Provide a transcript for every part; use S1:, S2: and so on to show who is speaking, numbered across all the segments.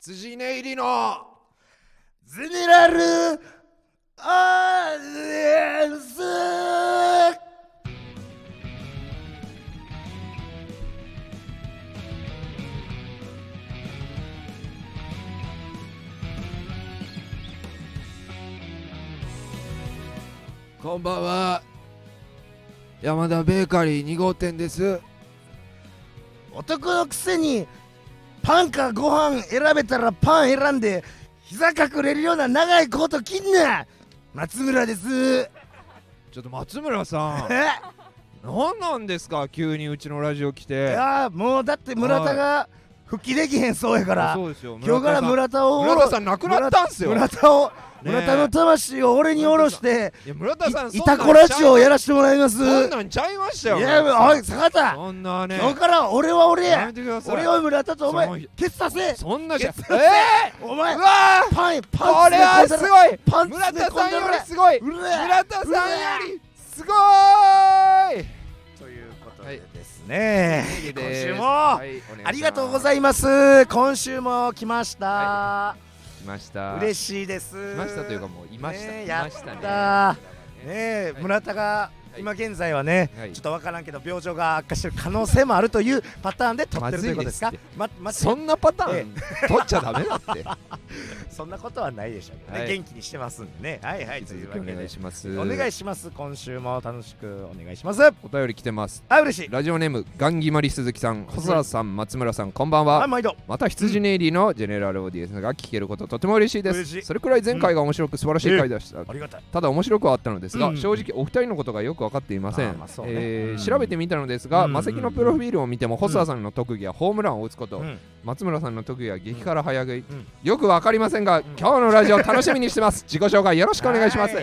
S1: 羊ね入りの
S2: ゼネラルアーデンス
S1: こんばんは山田ベーカリー2号店です
S2: 男のくせにパンかご飯選べたらパン選んで膝隠れるような長いコート着んな松村です
S1: ちょっと松村さん
S2: え
S1: 何なんですか急にうちのラジオ来
S2: い
S1: て
S2: やもうだって村田が復帰できへんそうやから
S1: そうですよ
S2: 今日から村田を
S1: 村田さん亡くなったんすよ
S2: 村田を、
S1: ねえ
S2: 村田の魂を俺に下ろして
S1: いや村田さん
S2: い
S1: そん
S2: た
S1: なん
S2: こラジオをやらせてもらいます
S1: そんなんちゃいましたよ
S2: いや
S1: 村田さん
S2: おい坂田
S1: そんなね
S2: 今日から俺は俺
S1: や
S2: や
S1: めてください
S2: 俺を村田とお前
S1: その
S2: ケツさせ
S1: そんなじゃ
S2: ケツさ
S1: え
S2: お
S1: ー、
S2: 前
S1: うわー
S2: パンパ
S1: こ
S2: ン
S1: れはすごい
S2: パンツ
S1: 村
S2: 詰
S1: 田
S2: め込
S1: さ
S2: ん
S1: ん
S2: で
S1: よ
S2: る
S1: りすごいう
S2: るえ
S1: 村田さんよりすごーい
S2: ということ
S1: はい
S2: でですね、今週も、ありがとうござ
S1: い
S2: います今週も来ました、
S1: ます。ました。
S2: 嬉しいです
S1: いましたというかもういました。
S2: ね
S1: い
S2: えや
S1: ま
S2: っ
S1: したね。
S2: たねえ、
S1: はい
S2: 村田が
S1: はい
S2: 今現在はね、
S1: はい
S2: ちょっとわからんけど病状が悪化してる可能性もあるというパターンで取ってるということですか
S1: まずいで
S2: まま
S1: そ
S2: そ
S1: んなパターン取っちゃダメだっ て。
S2: そんなことはないでしょうけどね、
S1: はい
S2: 元気にしてますんでねはいはい
S1: 引き
S2: とい
S1: 続
S2: う
S1: き
S2: わ
S1: お
S2: け
S1: 願
S2: で
S1: いします。
S2: お願い
S1: し
S2: します今週も楽しくお願いします
S1: お便り来てます。
S2: あ嬉しい
S1: ラジオネームガンギマリ鈴木さん、細田さん、松村さん、こんばん
S2: あ
S1: は。
S2: 毎度
S1: また羊ネイリーのジェネラルオーディエンスが聞けることとても嬉しいです。
S2: 嬉しい
S1: それくらい前回が面白く素晴らしい回でした。
S2: ありがたい
S1: ただ面白くはあったのですが、
S2: うん
S1: 正直お二人のことがよく分かっていませ
S2: あー
S1: ん、
S2: まあそうね
S1: えー
S2: うん
S1: 調べてみたのですが、
S2: うん
S1: マセキのプロフィールを見ても細田さんの特技はホームランを打つこと、
S2: うん
S1: 松村さんの特技は激辛早食い、
S2: ん
S1: よく分かりませんが、今日のラジオ楽しみにして ます自己紹介よろしくお願いします、
S2: は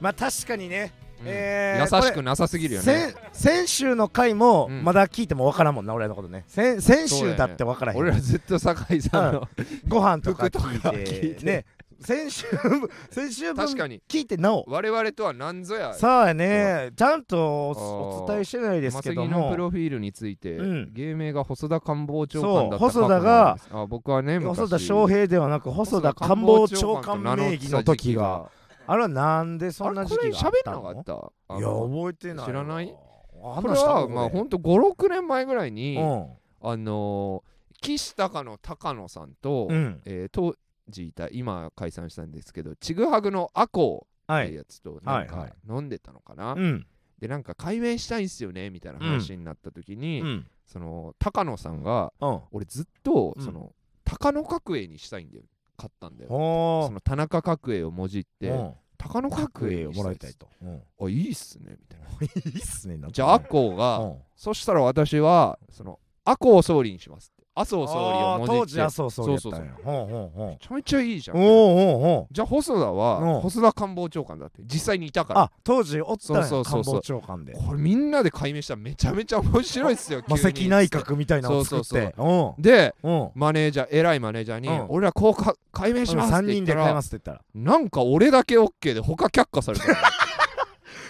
S2: まあ確かにね、
S1: うん
S2: えー
S1: 優しくなさすぎるよね
S2: 先先週の回も
S1: うん
S2: まだ聞いてもわからんもんな、俺らのことね先先週だってわからへん、
S1: 俺らずっと酒井さんの、
S2: ご飯とか聞
S1: 服とか聞
S2: い
S1: い
S2: て
S1: て
S2: ね先週 先週分
S1: 確かに
S2: 聞いてなお
S1: 我々とは何ぞや
S2: さあやねちゃんとお
S1: あー
S2: お伝えしてないです
S1: マ
S2: け
S1: セ
S2: ど
S1: キのプ
S2: も
S1: ロフィールについて、
S2: うん
S1: 芸名が細田官房長
S2: そ
S1: 官
S2: う
S1: だった過去
S2: 細田
S1: があ
S2: が
S1: りますあ僕はね昔
S2: 細田翔平ではなく細田官房長官名義の時があれはなんでそんな時期があ
S1: あ
S2: っ
S1: れこれ
S2: た
S1: 喋んな
S2: の
S1: かった
S2: いや覚えてないわ
S1: 知らない
S2: 話
S1: これ
S2: した
S1: はまあほんと56年前ぐらいに、
S2: うん
S1: あのー岸高野高野さんと、
S2: うん
S1: えー当時いた今解散したんですけどちぐはぐのアコー
S2: は
S1: って
S2: い
S1: やつとなん
S2: はいは
S1: か
S2: い
S1: 飲んでたのかな、
S2: うん
S1: でなんか解明したいんすよねみたいな話になった時に、
S2: うん
S1: その高野さんが
S2: うん
S1: 俺ずっと
S2: うん
S1: その、高野角栄にしたいんだよ買ったんだよ
S2: ほ
S1: その田中角栄をもじって、
S2: ー
S1: 高野角
S2: 各
S1: 栄
S2: 栄
S1: を
S2: を
S1: も
S2: も
S1: ら
S2: ら
S1: い
S2: い
S1: た
S2: た
S1: い
S2: いとうん
S1: あいいっすねみたいない
S2: いっすねなんか
S1: じゃあアコーが、
S2: うん
S1: そしたら私はその阿公総理にしますって麻生総理を
S2: あー
S1: も
S2: 当
S1: じって
S2: 時
S1: め
S2: 麻生総理やったんや
S1: そう
S2: ほうほうほう
S1: ちゃめちゃいいじゃん
S2: おうおうおう
S1: じゃあ細田は
S2: うん
S1: 細田官房長官だって実際にいたから
S2: あ当時おったんや
S1: そうそうそうそう
S2: 官房長官で
S1: これみんなで解明したらめちゃめちゃ面白いっすよ急
S2: 魔
S1: に
S2: 石内閣みたいなのを作っ
S1: そうそう
S2: てうん
S1: で
S2: うん
S1: マネージャー偉いマネージャーに
S2: うん
S1: 「俺らこうか解明します」っ
S2: 3
S1: て言
S2: 人
S1: った
S2: で買いま
S1: ら
S2: すって言ったら
S1: なんか俺だけ OK で他却下されたの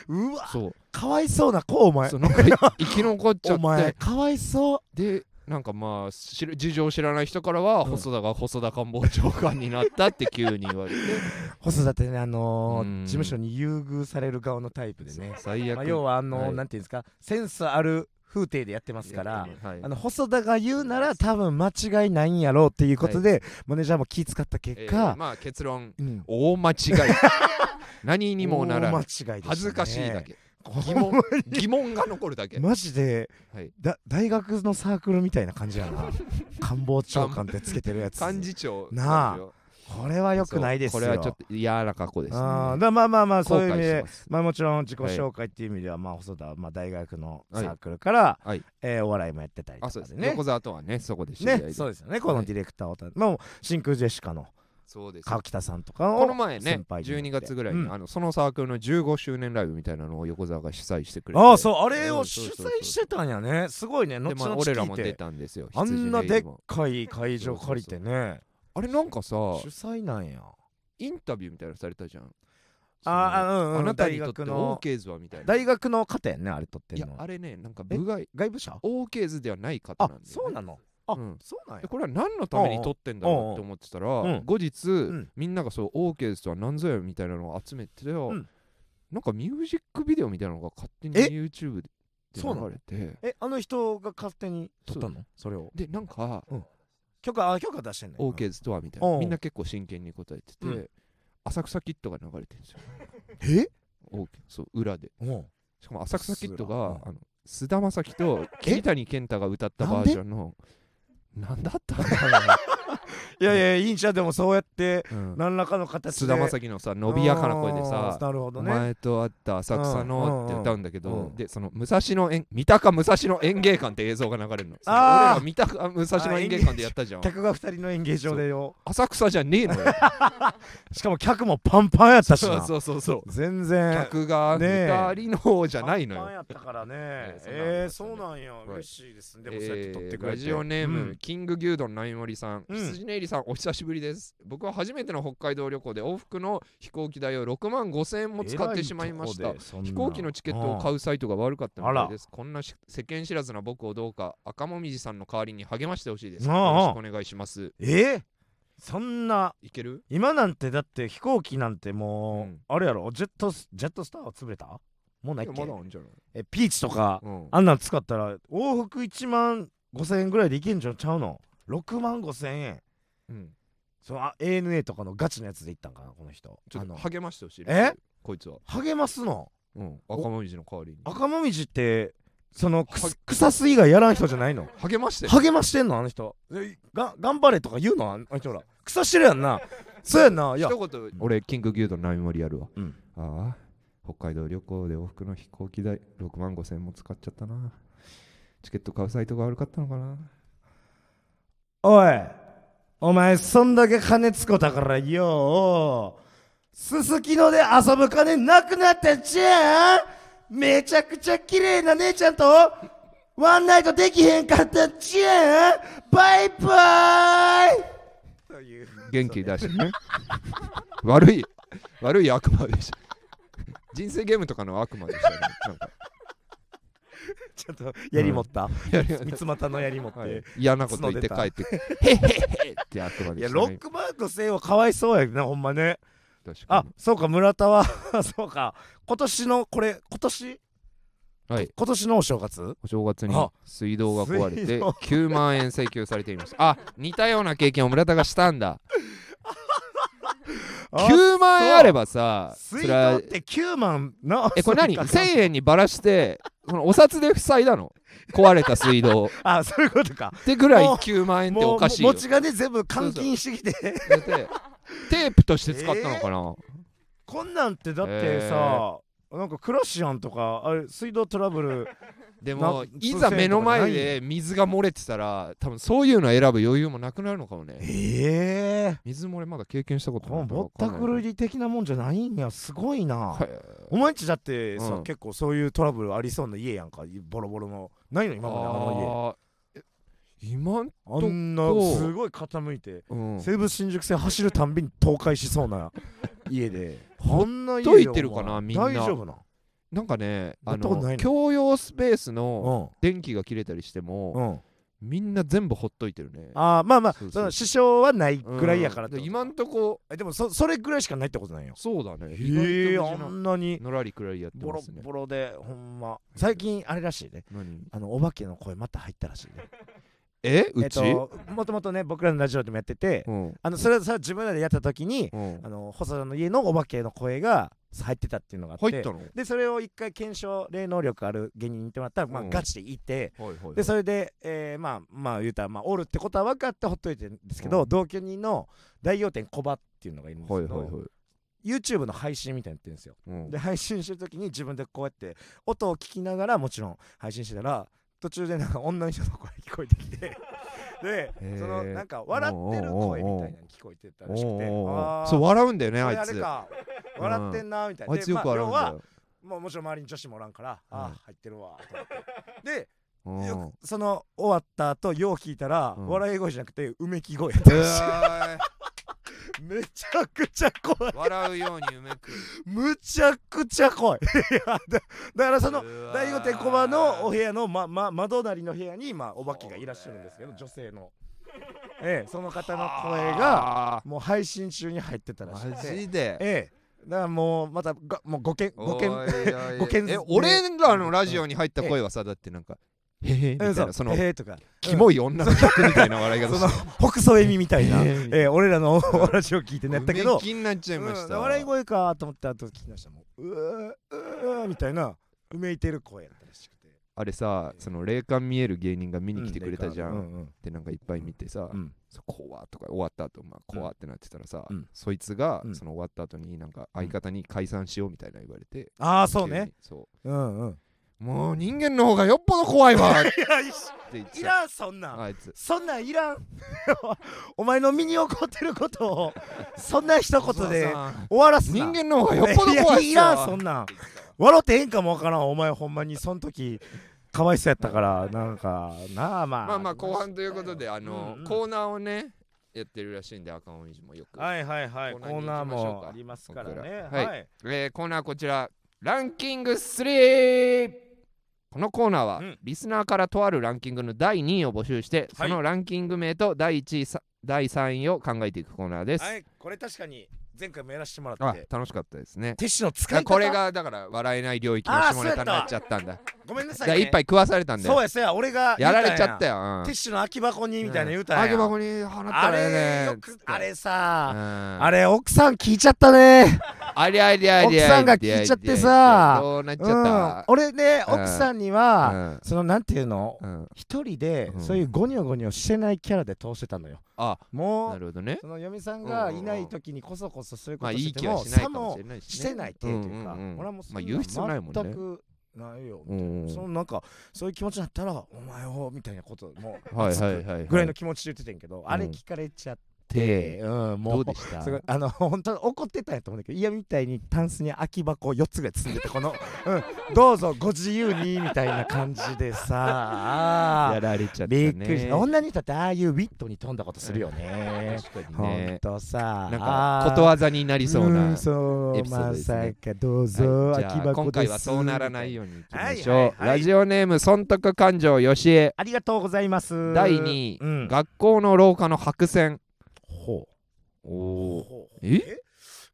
S2: うわ
S1: そう
S2: かわいそうな子お前
S1: そうなんか生き残っちゃ
S2: お
S1: っ
S2: 前かわいそう
S1: てでなんかまあ知る事情を知らない人からは
S2: うん
S1: 細田が細田官房長官になったって急に言われて
S2: 細田ってねあの
S1: うん
S2: ー事務所に優遇される側のタイプでね
S1: 最
S2: まあ
S1: 悪
S2: 要はあの
S1: は
S2: ー
S1: い
S2: なんていうんですかセンスある風景でやってますから
S1: はい
S2: あの細田が言うなら多分間違いないんやろうっていうことでマネージャーも気使った結
S1: え
S2: 果
S1: ーまあ結論
S2: うん
S1: 大 間違い何にもならな
S2: 大
S1: い
S2: 間違いでしたね
S1: 恥ずかしいだけ
S2: こ
S1: 疑問疑問が残るだけ
S2: マジで、
S1: はい
S2: だ大学のサークルみたいな感じや な官房長官ってつけてるやつ
S1: 幹事長
S2: なあ
S1: そう
S2: これはよくないですよ
S1: これはちょっと嫌な格好ですね
S2: あーだからまあまあまあそういう意味
S1: 後悔し
S2: で
S1: ます
S2: まあもちろん自己紹介っていう意味では、まあ細田はまあ大学のサ
S1: はい
S2: ークルから、
S1: はい
S2: えーお笑いもやってたりと
S1: あそう
S2: か
S1: です
S2: で
S1: ね
S2: ね
S1: 横澤とはねそこで知り合い
S2: ね
S1: で
S2: そうですよねこのディレクターをた、まあ真空ジェシカの
S1: そうです
S2: 川北さんとかを
S1: この前ね
S2: 先輩になっ
S1: 12
S2: て
S1: 月ぐらいに、
S2: うん
S1: あのそのサークルの15周年ライブみたいなのを横澤が主催してくれて
S2: ああそうあれを
S1: そ
S2: 主
S1: うそうそう
S2: 催してたんやねすごいね
S1: で
S2: 後
S1: まあ
S2: 々
S1: 俺ら
S2: 聞い
S1: も出
S2: て
S1: たんですよ
S2: あんな
S1: 羊ネ
S2: で
S1: イ
S2: っ
S1: リも
S2: かい会場借りてね
S1: あれなんかさ
S2: 主催なんや
S1: インタビューみたいなのされたじゃん
S2: ああうんうん
S1: あなたに
S2: 大
S1: とって OK
S2: 学の
S1: ーはみたいな。
S2: 大学の方やんねあれ撮って
S1: いや、
S2: るの
S1: あれね、なんか
S2: え
S1: 部外、
S2: 外部者
S1: OK ーズではない方
S2: あ
S1: なんだよね
S2: そうなのあ、
S1: うん
S2: そうなん
S1: で
S2: や。
S1: これは何のために撮ってんだろうって思ってたら、
S2: んうん
S1: 後日、
S2: ん
S1: みんながそう OK ですとは何ぞやみたいなのを集めてたら、
S2: うん
S1: なんかミュージックビデオみたいなのが勝手に
S2: え
S1: YouTube で流
S2: そうなの
S1: れて
S2: え、あの人が勝手に撮ったのそれを。
S1: でなんか
S2: 許可、あ、許可出してんね。
S1: OK
S2: ー。
S1: ですとはみたいな、
S2: うん
S1: みんな結構真剣に答えてて、
S2: うん
S1: 浅草キッドが流れてるんですよ
S2: え
S1: OK そう裏で
S2: おう
S1: しかも浅草キッド
S2: う
S1: が
S2: ん
S1: あの菅田将暉と桐谷健太が歌ったバージョンのなんだったんだろ
S2: いやいや、いいんちゃうでもそうやって、
S1: う、うん
S2: 何らかの形で。
S1: 菅田将暉のさ伸びやかな声でさ
S2: あーなるほど
S1: お
S2: ね。
S1: 前と会った浅草のって歌うんだけ
S2: うんうんう
S1: ど
S2: ん、
S1: で、その武蔵野園、三鷹武蔵野園芸館って映像が流れるの。その
S2: あー
S1: 俺ら三鷹武蔵野園芸館でやったじ ゃん。
S2: 客が二人の演芸場でよ。
S1: 浅草じゃねえの よ。
S2: しかも客もパンパンやったし
S1: そう
S2: な。
S1: そうそうそう。
S2: 全然。
S1: 客が
S2: ねえ
S1: 二人の方じゃないの
S2: パンパン
S1: よ。
S2: やったからね。え
S1: え
S2: ー、
S1: ー
S2: そ
S1: そうう
S2: なんや。
S1: い
S2: 嬉しいですね。でもそうやって
S1: え
S2: 撮って
S1: ー
S2: くれて。
S1: ラジオネー
S2: うん
S1: ム、キング牛丼ないもりさん、
S2: うん
S1: 羊ねいりさん、お久しぶりです。僕は初めての北海道旅行で往復の飛行機代を6万5千円も使ってしまいました。。飛行機のチケットを買
S2: う。
S1: うサイトが悪かったみ
S2: あ
S1: た
S2: ら
S1: いです。こんなし世間知らずな僕をどうか赤もみじさんの代わりに励ましてほしいです。
S2: あ
S1: よ
S2: あ
S1: ろしくお願いします。
S2: えーそんな、
S1: いける
S2: 今なんてだって飛行機なんてもう、
S1: うん
S2: あれやろ、ジェットス、ジェットスターは潰れたもうないいっ
S1: や
S2: け
S1: まだあんじゃない
S2: え、ピーチとか、
S1: うん。
S2: あんなん使ったら往復1万5000円ぐらいでいけんじゃんちゃうの ?6 万5000円。
S1: うん
S2: そのあ ANA とかのガチのやつで行ったんかな、この人。
S1: ちょ
S2: あ
S1: っと
S2: の
S1: 励ましてほしい。
S2: え
S1: こいつは。
S2: 励ますの
S1: うん。赤もみじの代わりに。
S2: 赤もみじってその
S1: は
S2: 草草す以外やらん人じゃないの
S1: 励ましてよ。
S2: 励ましてんのあの人えが頑張れとか言うのあの人ら草してるやん なそうやんないや
S1: 一言、俺、キング牛丼並盛りやるわ。
S2: うん
S1: ああ、北海道旅行で往復の飛行機代6万5千円も使っちゃったな。チケット買うサイトが悪かったのかな。
S2: おいお前そんだけ金つこたからよすすきので遊ぶ金なくなったんじゃんめちゃくちゃ綺麗な姉ちゃんとワンナイトできへんかったんじゃんバイバイという
S1: 元気出してね。悪い、悪い悪魔でした。人生ゲームとかの悪魔でしたね。なんか
S2: ちょっと槍持った、
S1: やり
S2: 三つ股の槍持って、
S1: はい嫌なこと言って帰って、へへへって悪魔
S2: い
S1: で
S2: や、
S1: したね。
S2: 6万5千円はかわいそうやな、ほんまね。
S1: 確か
S2: あ
S1: に、
S2: そうか、村田は、 そうか、今年の、これ、今年
S1: はい。
S2: 今年のお正月
S1: お正月に
S2: あ
S1: 水道が壊れ
S2: 水
S1: て
S2: 道
S1: 9万円請求されていました。あ、似たような経験を村田がしたんだ。9万円あればさ、そ
S2: 水
S1: れ
S2: 道っ
S1: は、
S2: て9万な。
S1: え、これ何
S2: そうか
S1: ?1000 円にばらして、このお札で塞いだの壊れた水道。
S2: あ、そういうことか。
S1: ってぐらい
S2: もう
S1: 9万円って
S2: も
S1: お
S2: う
S1: かしい
S2: も
S1: よ
S2: 持。ち金全部換金してきて、
S1: で テープとして使ったのかな、
S2: こんなんってだってさ、なんかクラシアンとか、あれ、水道トラブ ル、
S1: でも
S2: な
S1: いざ目の前で水が漏れてたら多分そういうの選ぶ余裕もなくなるのかもね
S2: ええ
S1: 水漏れまだ経験したこと
S2: こ
S1: ない
S2: のぼったく
S1: る
S2: り的なもんじゃないんや、すごいな。
S1: はい
S2: お前んちだってさ、
S1: うん
S2: 結構そういうトラブルありそうな家やんかボロボロのないの今まであの
S1: あーえ今ん
S2: 家あんな
S1: と
S2: すごい傾いて、
S1: うん
S2: 西武新宿線走るたんびに倒壊しそ うな家で
S1: ほ
S2: こんな家
S1: ほっといてるかな
S2: お前
S1: みんな
S2: 大丈夫な
S1: なんかね
S2: や
S1: あ
S2: ったことない
S1: の
S2: の
S1: 共用スペースの
S2: う
S1: 電気が切れたりしても
S2: んうん
S1: みんな全部ほっといてるね
S2: あーまあまあ
S1: そうそう
S2: その支障はないぐらいやからっ
S1: うん
S2: て
S1: で
S2: こと
S1: 今んとこ
S2: えでもそそれぐらいしかないってことなんよ
S1: そうだね
S2: へ
S1: 意
S2: え
S1: 外と
S2: あ
S1: 無事なん
S2: なに
S1: のらりくらりやって
S2: ボ
S1: ま
S2: ロ
S1: すね
S2: ボロでほんま最近あれらしいね
S1: 何
S2: あのお化けの声また入ったらしいね
S1: えうち、
S2: えっともともとね僕らのラジオでもやってて、
S1: うん
S2: あのそれはさ自分らでやった時に
S1: うん
S2: あの細田の家のお化けの声が入ってたっていうのがあって
S1: 入ったの
S2: でそれを一回検証霊能力ある芸人に言ってもらったら、まあ
S1: うん
S2: ガチで言って
S1: はいはいはい
S2: でそれで、えーまあまあ言うたら、まあ、おるってことは分かってほっといてるんですけど、
S1: う
S2: 同居人の大用店コバっていうのがいるんです
S1: は
S2: け
S1: い
S2: ど、
S1: はいはい
S2: YouTube の配信みたいにやってるんですよ
S1: うん
S2: で配信してる時に自分でこうやって音を聞きながらもちろん配信してたら途中でなんか女の人の声聞こえてきてで
S1: へー
S2: そのなんか笑ってる声みたいなの聞こえてたらしくて
S1: おうおうおう
S2: あー
S1: そう笑うんだよね
S2: そ
S1: あ
S2: れあ
S1: い
S2: れ
S1: つ
S2: か
S1: うん
S2: 笑ってんなみたいな
S1: あいつよく笑うんだ
S2: でまあ
S1: よ、
S2: 要はもうもちろん周りに女子もおらんからあ
S1: うん
S2: ー入ってるわと思って
S1: うん
S2: でよくその終わった後よう聞いたら
S1: うん
S2: 笑い声じゃなくてうめき声やっ
S1: え
S2: たらしい
S1: ー
S2: めっめちゃくちゃ怖い
S1: 笑うようにうめく
S2: むちゃくちゃ怖いいやだだから その第五天コバのお部
S1: 屋
S2: 屋の、まま、窓なりの部屋に、まあ、お化けがいらっしゃるんですけど女性の、ええ、その方の声がもう配信中に入ってたらし
S1: マ
S2: くて
S1: ジで
S2: ええだからもうまたがもう5件5件
S1: おいおいおい
S2: ごけん
S1: え俺らのラジオに入った声はさだってなんか「へへ」みたいなその
S2: ええとか
S1: キモい女の客みたいな笑い方
S2: そ
S1: して
S2: の北総笑みみたいな、
S1: え
S2: え
S1: え
S2: え俺らのお話を聞いてなったけど
S1: 気になっちゃいまし
S2: うん
S1: た
S2: 笑い声かと思って後で聞きましたもううーうーみたいなうめいてる声やったらしくて
S1: あれさその霊感見える芸人が見に来てくれたじゃ
S2: うん
S1: っ
S2: ん
S1: てなんかいっぱい見てさ
S2: うん
S1: そう怖とか終わった後まあ怖ってなってたらさ
S2: うん
S1: そいつが
S2: うん
S1: その終わった後になんか相方に解散しようみたいな言われて
S2: ああそうね
S1: 急にそ
S2: うんうん
S1: うもう人間の方がよっぽど怖いわって
S2: いやい
S1: 言って
S2: い
S1: た
S2: らんそんなん
S1: あいつ
S2: そんなんいらんお前の身に起こってることをそんな一言で終わらすな
S1: 人間の方がよっぽど怖いっすわ
S2: いやいらんそんなん笑ってええんかもわからんお前ほんまにその時かわいそうやったからなんかなあまあ
S1: まあまあ後半ということであの
S2: うんうん
S1: コーナーをねやってるらしいんで赤鬼もよく
S2: はいはいはいコ
S1: コーナー
S2: ーナー
S1: に行きましょう
S2: も
S1: か
S2: ありますからね
S1: 僕ら
S2: は、
S1: はいいえーコーナーこちらランキング3このコーナーは、
S2: うん
S1: リスナーからとあるランキングの第2位を募集して、
S2: はい
S1: そのランキング名と第1位さ第3位を考えていくコーナーです、
S2: はいこれ確かに前回もやらせてもらっ
S1: あ
S2: て
S1: 楽しかったですね
S2: ティッシュの使い
S1: あ
S2: 方
S1: これがだから笑えない領域の下ネタになっちゃったんだ
S2: ごめんな
S1: だ
S2: さ
S1: から
S2: い、ね、
S1: 一杯食わされたんだ
S2: そう
S1: よ
S2: やそうや俺が言
S1: や
S2: うた
S1: ら
S2: ん
S1: れちゃったよ、うん
S2: ティッシュの空き箱にみたいな言うたんや、
S1: あげ箱に放った
S2: あ
S1: ら
S2: れ
S1: ね
S2: よくあれさ、あ
S1: あれ
S2: れ奥さん聞いちゃったね。
S1: ありゃりゃりゃ
S2: 奥さんが聞いちゃってさ
S1: どうなっち
S2: う
S1: ゃ
S2: ん
S1: っ、
S2: 俺ね
S1: うん
S2: 奥さんには、
S1: た
S2: そのなんていうの
S1: うんうん
S2: 一人で
S1: うん
S2: そういうゴニョゴニョしてないキャラで通してたのよ。
S1: あ
S2: も
S1: な
S2: う
S1: るほどね
S2: その嫁さんがいない時にこそこそそういうこ
S1: まあ
S2: と
S1: い
S2: し
S1: い
S2: て
S1: 気
S2: て
S1: は
S2: も
S1: しない
S2: さ
S1: かもし
S2: も
S1: れないし、ね、
S2: してないっていうか、
S1: うんうんうん
S2: 俺はもうそん
S1: まあ言う必要ないもんね
S2: 全くないよ。
S1: うんうん
S2: そのなんかそういう気持ちになったらお前をみたいなこともう
S1: はいはいはいはい
S2: ぐらいの気持ちで言ってたんやけど、あれ聞かれちゃって、うん、も
S1: ど
S2: う
S1: うでした
S2: すごいあの本当に怒ってたんやと思うんだけど嫌みたいにタンスに空き箱4つぐらい積んでてこの、うん、どうぞご自由にみたいな感じでさ
S1: やられちゃった
S2: び
S1: ね
S2: っくりした女にとってああいうウィットに富んだことするよね
S1: 確かに
S2: ほん
S1: ね
S2: とさ
S1: なんかことわざになりそう
S2: うん
S1: な
S2: そう
S1: エピソードですね
S2: まさかどうぞ、
S1: はいじ
S2: 空き
S1: ゃあ
S2: 箱
S1: 今
S2: です
S1: 回はそうならないようにいきましょう、
S2: はいはいは
S1: ラ
S2: い
S1: ジオネーム忖度感情よしえ
S2: ありがとうございます
S1: 第二位
S2: うん、
S1: 学校の廊下の白線
S2: ほう
S1: おお
S2: ほう
S1: え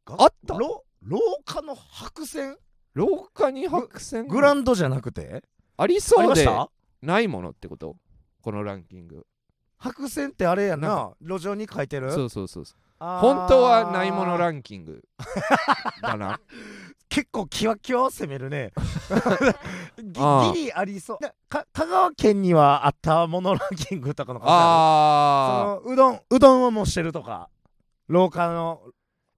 S2: あ
S1: あ
S2: っ
S1: ったた
S2: 廊廊下の白線
S1: 廊下に白線
S2: グランドじゃなくて
S1: あり
S2: あり
S1: そう
S2: まし
S1: で
S2: た
S1: ないものってことこのランキング
S2: 白線ってあれ
S1: な
S2: や
S1: ん
S2: な路上に書いてる
S1: そうそうそうそう
S2: あー
S1: 本当はないものランキングだな
S2: 結構キワキワを攻め るねギ
S1: あー
S2: ギリありそうなか香川県にはあったものランキングとかのあ
S1: ああ
S2: そのうどんうどんをもしてるとか廊下の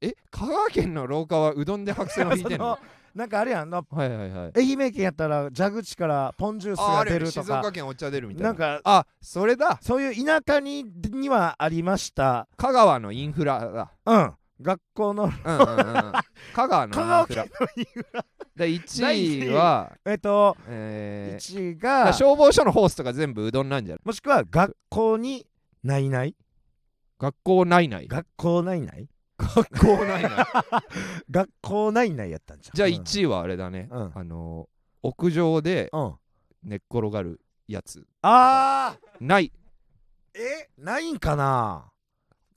S1: え香川県の廊下はうどんで白線を引いてんの
S2: なんかあれやんな
S1: はいはいはい
S2: 愛媛県やったら蛇口からポンジュース
S1: あ
S2: が
S1: あれ
S2: 出ると
S1: 静
S2: か
S1: 岡県お茶出るみたいな
S2: なんか
S1: あそれだ
S2: そういう田舎ににはありました
S1: 香川のインフラだ
S2: うん学校の
S1: うんうんうん うん香川の
S2: 香
S1: イン
S2: 川
S1: フ
S2: 県
S1: ラ
S2: の家
S1: で1位は
S2: えっと
S1: えー
S2: 1
S1: だから
S2: が
S1: 消防署のホースとか全部うどんなんじゃない
S2: もしくは学校にないない
S1: 学校ないない
S2: 学校ないない
S1: 学校ないない
S2: 学校ないないやったんじゃ ん
S1: じゃあ
S2: うん
S1: 1位はあれだね、
S2: うん
S1: あのー屋上で
S2: うん
S1: 寝っ転がるやつ
S2: あー
S1: ない
S2: えないんかな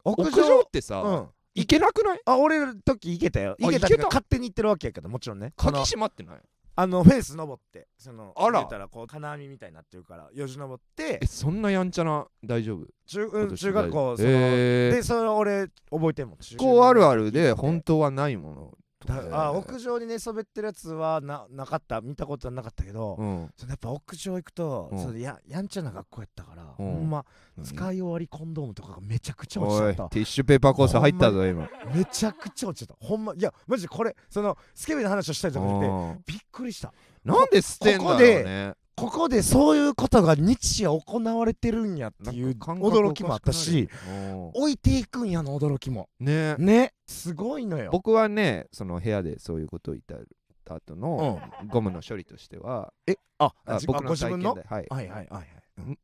S2: 屋
S1: 屋
S2: 上
S1: 上ってさ、
S2: うん
S1: 行けなくない
S2: あ俺の時行けたよ
S1: あ
S2: 行けたけど
S1: 行けた
S2: 勝手に行ってるわけやけどもちろんねこ
S1: 鍵
S2: の
S1: 閉まってない
S2: あのフェンス登ってその
S1: あら
S2: 言うたらこう金網みたいになってるからよじ登って
S1: えそんなやんちゃな大丈夫
S2: 中,、
S1: 今
S2: うん、
S1: 年
S2: 中学校
S1: 大
S2: そ
S1: 丈夫
S2: の、
S1: えー
S2: でそれ俺覚えてんもん中
S1: 学校あるある
S2: 中
S1: で
S2: 学校
S1: 本当はないものとかね
S2: だあ屋上に寝そべってるやつはななかった見たことはなかったけど、
S1: うん
S2: そのやっぱ屋上行くと、
S1: うん
S2: それややんちゃな学校やったから、
S1: うん
S2: ほんま使い終わりコンドームとかがめちゃくちゃ落ち
S1: おい
S2: ち
S1: テ
S2: ゃ
S1: ィ
S2: った
S1: ッシュペーパーコース入ったぞ今
S2: めちゃくちゃ落ちちゃったほんまいやマジでこれそのスケベな話をしたりとかじゃなくて
S1: うん
S2: びっくりした
S1: なんで捨てんだろうね
S2: ここでそういうことが日夜行われてるんやっていう驚きもあったし
S1: うん
S2: 置いていくんやの驚きも
S1: ね
S2: ねすごいのよ
S1: 僕はねその部屋でそういうことを言った後のゴムの処理としては
S2: えあ
S1: あ
S2: じ
S1: 僕
S2: あご
S1: の
S2: 自
S1: 体
S2: 分
S1: 験
S2: の
S1: ではい
S2: はいはいはいはい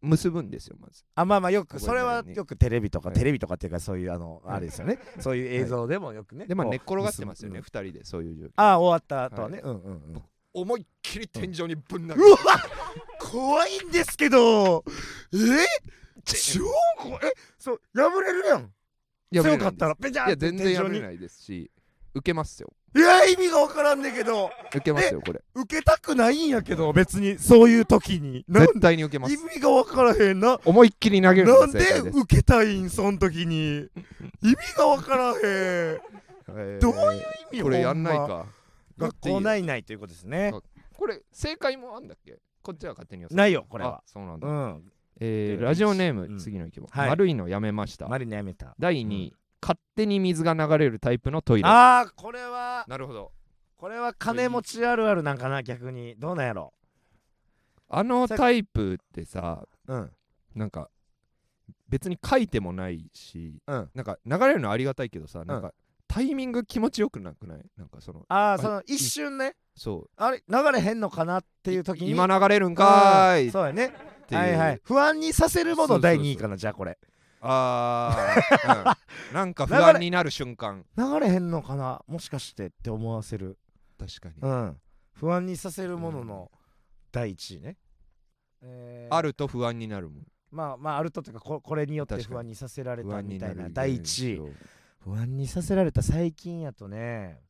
S1: む結ぶんですよまず
S2: あまあまあよく
S1: ここ
S2: それは
S1: に
S2: よくテレビとか
S1: はい
S2: テレビとかっていうかそういうあのあれですよねそういう映像でもよくね
S1: でまあ
S2: こう
S1: 寝っ転がってますよね
S2: うん
S1: 2人でそういう状況
S2: ああ終わった後はねうんうんうん
S1: 思いっきり天井にぶん投げ
S2: うわ怖いんですけどえ超怖いえそう破れるやん
S1: いや
S2: 強かったらペチャン
S1: いや
S2: って
S1: 全
S2: 天井
S1: 然破れ
S2: に
S1: ないですし受けますよ
S2: いや意味が分からんねんけど
S1: 受けますよこれ
S2: 受けたくないんやけど別にそういう時になん
S1: 絶対に受けま
S2: 意
S1: す
S2: 味が分からへんな
S1: 思いっきり投げるのが
S2: なん
S1: 正
S2: で
S1: 解です
S2: 受けたいんそん時に意味が分からへんどういう意 味
S1: これやんない
S2: ほんま
S1: か
S2: 学校ないないということですね
S1: あこれ正解もあんだっけこっちは勝手に
S2: ないいよこれは
S1: そうなん
S2: う
S1: だ
S2: ん
S1: え
S2: という
S1: ー
S2: ことで
S1: ラジオネー
S2: うん
S1: ム次の行きます
S2: はい
S1: 丸いのやめました
S2: マリネやめた
S1: 第2位勝手に水が流れるタイプのトイレ
S2: ああこれは
S1: なるほど
S2: これは金持ちあるあるなんかな逆にどうなんやろ
S1: あのタイプってさ
S2: うん
S1: なんか別に書いてもないし、
S2: うん
S1: なんか流れるのありがたいけどさ、なんかタイミング気持ちよくなくないなんかその
S2: ああその一瞬ね
S1: そ
S2: あれ流れへんのかなっていう
S1: う
S2: 時に
S1: 今流れるんかーいっ
S2: そうやね
S1: ていう
S2: はいはい不安にさせるもの第2位かなじゃあこれ
S1: あー、 うんなんか不
S2: 流れ
S1: 安になる瞬間
S2: 流れへんのかなもしかしてって思わせる
S1: 確かに、
S2: うん不安にさせるものの第1位ねえー
S1: あると不安になるもん
S2: まあまああるとというかここれによって
S1: 確かに
S2: 不安にさせられ
S1: 不
S2: た
S1: 安
S2: み
S1: に
S2: た
S1: ない
S2: な
S1: る
S2: 第1位不安にさせられた最近やとね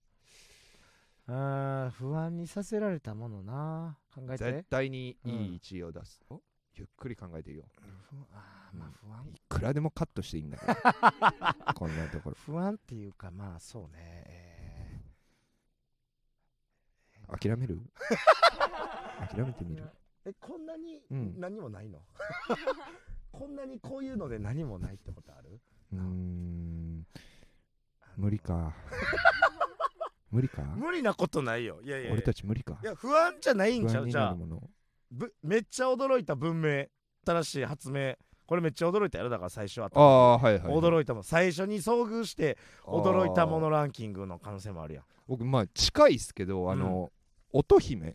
S2: あー不安にさせられたものな考え
S1: 絶
S2: て
S1: 対にいい1位を出す、おゆっくり考えていいよ
S2: 不あーまあ不安
S1: いくらでもカットしていいんだ からこんなところ
S2: 不安っていうかまあそうね、え
S1: 諦め る諦めてみる
S2: ーえこんなに
S1: うん
S2: 何もないの、こんなにこういうので何もないってことある
S1: うーん無理か無理か
S2: 無理なことないよいやいやいや
S1: 俺たち無理か
S2: いや不安じゃないん
S1: 不
S2: ちゃ
S1: 安
S2: う
S1: に
S2: じゃ
S1: な
S2: あ
S1: るもの
S2: ぶめっちゃ驚いた文明新しい発明これめっちゃ驚いたやろだから最初は
S1: ああはいはい
S2: 驚いたもん最初に遭遇して驚いたものランキングの可能性もあるやん
S1: 僕まあ近いっすけどあの、音姫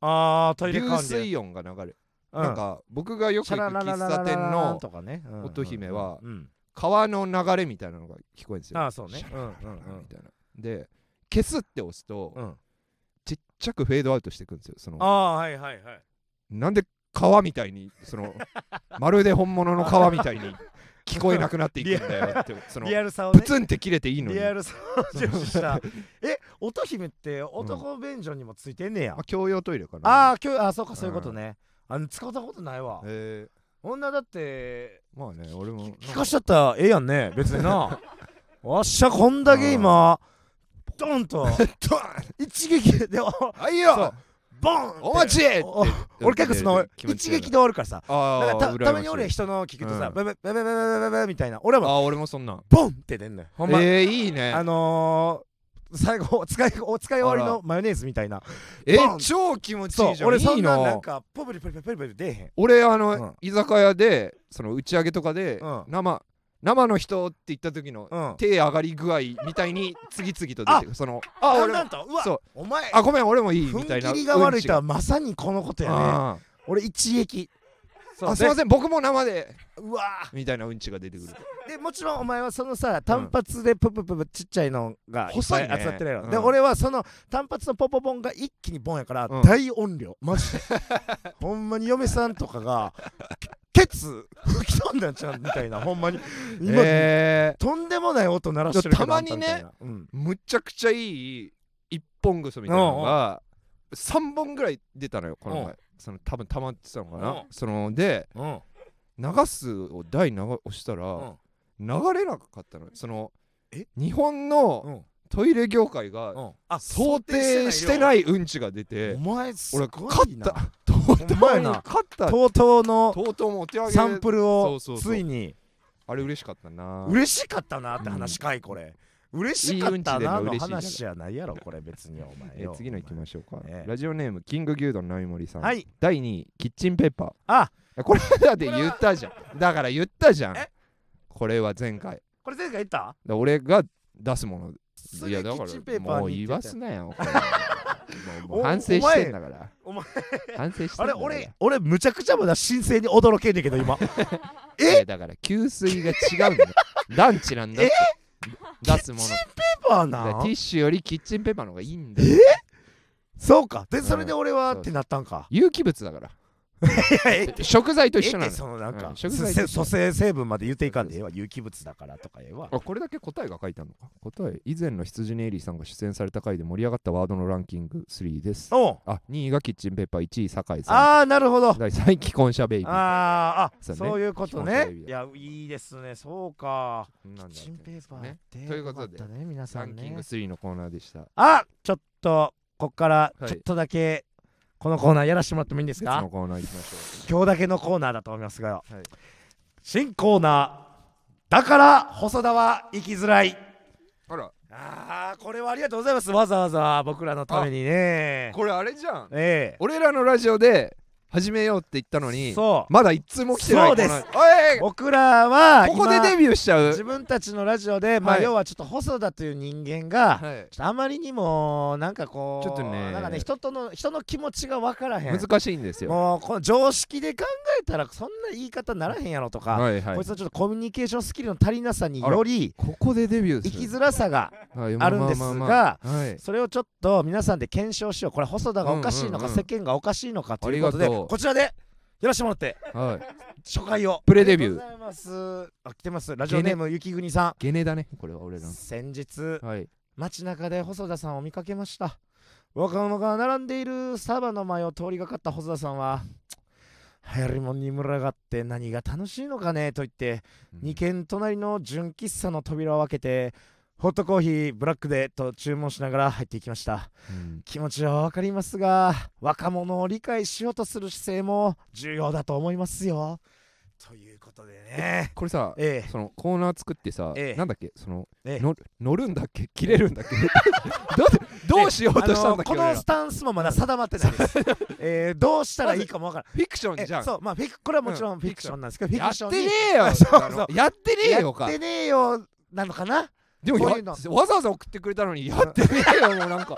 S2: あートイレ
S1: 流
S2: 関連、
S1: 水音が流れる、
S2: うん、
S1: なんか僕がよく
S2: シャ
S1: 行く
S2: ララララ
S1: 喫
S2: ラ
S1: 茶
S2: ラ
S1: 店の
S2: とかね、うんうん
S1: 乙姫は
S2: うんうん
S1: 川の流れみたいなのが聞こえるんですよ
S2: ああそうね
S1: シャ
S2: うんうん
S1: ラララみたいなで消すって押すと、
S2: うんうん
S1: ちっちゃくフェードアウトしていくんですよその
S2: ああはいはいはい
S1: なんで川みたいにそのまるで本物の川みたいに聞こえなくなっていくんだよってその
S2: リアルさをね
S1: プツンって切れていいのに、
S2: リア
S1: ま
S2: ルさを重視した え乙姫って男便所にもついてんねや、
S1: あ、共用トイレかな
S2: ああ今日あそうかそういうことね、あの使ったことないわ
S1: え
S2: 女だって
S1: ー、まあね俺も
S2: 聞かしちゃったらええや んね別になわっしゃこんだけ今ドン
S1: ド
S2: と
S1: ン
S2: 一撃でお
S1: あいい
S2: そう
S1: よ
S2: ボンって
S1: お待ち
S2: おお俺結構その一撃で終わるからさ
S1: あ
S2: なん
S1: あ
S2: かたたまに俺人の聞くとさ
S1: うん
S2: ブブブブブブブブみたいな俺
S1: あ
S2: も
S1: あ俺もそんなん
S2: ボンって出んのよほんま
S1: えー、いいね
S2: あのー最後お使いお使い終わり
S1: あ
S2: の
S1: ら
S2: マヨネーズみたいな
S1: え
S2: ボン
S1: 超気持ちい
S2: そ
S1: いうじゃん
S2: 俺そ
S1: い
S2: ん
S1: い
S2: な
S1: の
S2: なんかポブリポリポリポリポリ出えへん
S1: 俺あの、
S2: うん
S1: 居酒屋でその打ち上げとかで、
S2: うん
S1: 生生の人って言った時の、
S2: うん
S1: 手上がり具合みたいに次々と出てくるそのあ
S2: あ
S1: 俺
S2: な
S1: も
S2: んとうわ
S1: そう
S2: お前
S1: あごめん俺もいいみた
S2: 踏
S1: い
S2: ん
S1: な
S2: 切りが悪いとは
S1: うん
S2: まさにこのこと
S1: ち
S2: や
S1: が
S2: ね
S1: あ
S2: 俺一撃
S1: ー
S2: そう
S1: あすいません僕も生で
S2: でうわー
S1: みたいなうんちが出てくる
S2: でもちろんお前はそのさ単発でププププちっちゃいのがいっぱ
S1: 細い
S2: い
S1: ね
S2: 集まってるやろ、で
S1: うん
S2: 俺はその単発のポポポンが一気にボンやから
S1: うん
S2: 大音量、マジで ほんまに嫁さんとかがケツ吹き飛んだんちゃうみたいなほんまに今、
S1: え
S2: とんでもない音鳴らしてるけど
S1: たまにね
S2: あんたみたいなうん
S1: ー、むちゃくちゃいい一本ぐそみたいなのが3本ぐらい出たのよこの
S2: う
S1: 前その多分溜まってたのか
S2: うん
S1: なそので
S2: うん
S1: 流すを台流押したら流れなかったのよその
S2: え
S1: 日本の
S2: うん
S1: トイレ業界が
S2: うんあ
S1: 想定してないいうんちが出て
S2: お前すご
S1: 俺
S2: いな
S1: 勝ったとうとうに
S2: ほんまやな
S1: 勝ったと
S2: とうとうの
S1: うとうもお手上げ
S2: サンプルを
S1: そうそうそう
S2: ついに
S1: あれ嬉しかったな
S2: 嬉しかったなって話かいこれ、嬉しかったなの話じゃないやろこれ別にお前
S1: え
S2: よ
S1: ー次の行きましょうか、
S2: ね
S1: ラジオネームキング牛丼の並森さん、
S2: はい
S1: 第2位キッチンペーパー
S2: あ
S1: あこれだって言ったじゃんだから言ったじゃん
S2: え
S1: これは前回
S2: これ前回言った
S1: だ俺が出すもの
S2: す
S1: い
S2: げえ
S1: や
S2: キ
S1: だか
S2: ッチンペー
S1: ら
S2: パー
S1: もう
S2: に
S1: 言わすなよこれ もう
S2: お
S1: 反省してんだから
S2: お前
S1: 反省して
S2: あ
S1: んだ
S2: れ
S1: から
S2: 俺俺むちゃくちゃまだ神聖に驚けんねんけ ど今
S1: い
S2: え
S1: やだから給水が違うんだ よ団地なんだって出すもの
S2: ペーパー
S1: だから
S2: な
S1: ティッシュよりキッチンペーパーの方がいいんだよ
S2: そうかでそれで俺は
S1: うん
S2: ってなったんか
S1: 有機物だから
S2: いやえ
S1: 食材と一緒な
S2: え
S1: のよ
S2: そのなんか
S1: うん食材と一緒
S2: 蘇生成分まで言っていかんでええわ有機物だからとかええわ
S1: あこれだけ答えが書いてあるのか答え以前の羊ネイリーさんが出演された回で盛り上がったワードのランキング3です
S2: おう
S1: あ2位がキッチンペーパー1位酒井さん
S2: ああなるほど
S1: 第3位既婚者ベイビー
S2: あーあ
S1: そうね
S2: そういうこと
S1: 基本
S2: ね
S1: 的に
S2: いやいいですねそうか
S1: なんだ
S2: キッチンペーパー
S1: ね
S2: って
S1: ということで
S2: よかったね皆
S1: ラ
S2: さん
S1: ンキン
S2: ね
S1: グ3のコーナーでした
S2: あちょっとこっから
S1: はい
S2: ちょっとだけこのコーナーやらしてもらってもいいんです
S1: 別
S2: か
S1: のコーナー行きましょう
S2: 今日だけのコーナーだと思いますが
S1: はい
S2: 新コーナーだから細田は生きづらい
S1: あら
S2: あーこれはありがとうございますわざわざ僕らのためにね
S1: これあれじゃん
S2: え
S1: 俺らのラジオで始めようって言ったの
S2: え
S1: に
S2: そう
S1: まだ一通も来てない
S2: そうです
S1: このおい
S2: 僕らは
S1: ここで
S2: 今
S1: デビューしちゃう
S2: 自分たちのラジオで、まあ
S1: はい
S2: 要はちょっと細田という人間が、
S1: はい
S2: ちょっとあまりにもなんかこう
S1: ちょっとね
S2: なんかね人との人の気持ちが分からへん
S1: 難しいんですよ
S2: もうこの常識で考えたらそんな言い方ならへんやろとか、
S1: はいはい
S2: こいつのちょっとコミュニケーションスキルの足りなさにより
S1: ここでデビュー
S2: 生
S1: す
S2: き
S1: る
S2: づらさが
S1: はいま
S2: あるんです
S1: まあまあ
S2: が
S1: まあはい
S2: それをちょっと皆さんで検証しようこれ細田がおかしいのか、
S1: うんうんうん
S2: 世間がおかしいのかということ
S1: あ
S2: で
S1: りがとう
S2: こちらでやらしてもらって
S1: はい
S2: 初回を
S1: プレデビュー
S2: ありがとうございますあ来てますラジオネームゆきぐにさ
S1: ゲネだねこれは俺ら
S2: ん
S1: の
S2: 先日
S1: はい
S2: 街中で細田さんを見かけました若者が並んでいるサバの前を通りがかった細田さんは流行りもんに群がって何が楽しいのかねと言って
S1: うん
S2: 2軒隣の純喫茶の扉を開けてホットコーヒーブラックでと注文しながら入っていきました
S1: うん
S2: 気持ちはわかりますが若者を理解しようとする姿勢も重要だと思いますよということでね
S1: これさ
S2: え
S1: そのコーナー作ってさ
S2: ええ
S1: なんだっけその
S2: ええ
S1: 乗る乗るんだっけ切れるんだっけ どうどうしよう
S2: え
S1: としたんだっけ
S2: あのこ
S1: 俺
S2: の
S1: ら
S2: スタンスもまだ定まってな いです、えーどうしたらいいかもわからない
S1: フィクション
S2: え
S1: じゃん
S2: そうまあフィクこれはもちろんフィクションなんですけど、フ
S1: や
S2: ィ
S1: っ
S2: クション
S1: て
S2: に
S1: ねえよ
S2: あ そうそう
S1: やってねえよ
S2: や
S1: か
S2: ってねえよなのかな
S1: でも
S2: こう
S1: や
S2: いうの
S1: わざわざ送ってくれたのにやってねえよもうなんか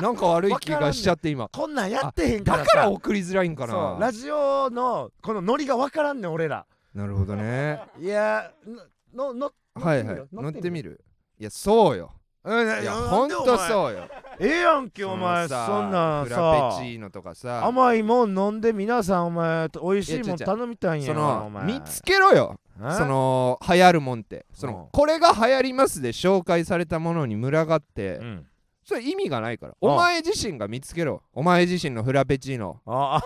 S1: なんか悪い気がしちゃって今
S2: こんなんやってへんか
S1: だ
S2: ら
S1: から
S2: さ
S1: 送りづらいんか
S2: そうラ
S1: な
S2: ジオのこのノリがわからんねん俺ら
S1: なるほどね
S2: いやーののの
S1: はいはい乗ってみるいやそうよ
S2: うん
S1: いやほんとそうよ
S2: うええやんけお前
S1: そのさ
S2: そんなん
S1: フラ
S2: さ
S1: ペチーノとかさ
S2: 甘いもん飲んで皆さんお前美味しい
S1: いや違
S2: も
S1: うん違う
S2: 頼みたいんや
S1: そ
S2: ろお
S1: の
S2: 前
S1: 見つけろよ
S2: え
S1: その流行るもんってそうの
S2: ん
S1: これが流行りますで紹介されたものに群がっ
S2: う
S1: て
S2: ん
S1: それ意味がないから
S2: うん
S1: お前自身が見つけろお前自身のフラペチーノ
S2: ああ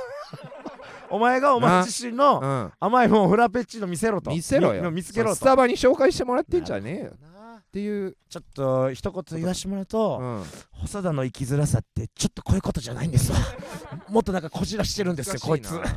S2: お前がお前自身の
S1: うん
S2: 甘いもんをフラペチーノ見せろと
S1: 見せろよ
S2: み見つけろと
S1: スタバに紹介してもらってんじゃねえよっ
S2: なあ
S1: ていう
S2: ちょっと一言言わしてもらうと、
S1: うん
S2: 細田の生きづらさってちょっとこういうことじゃないん ですわもっとなんかこじらしてるんですよこいつ
S1: 難し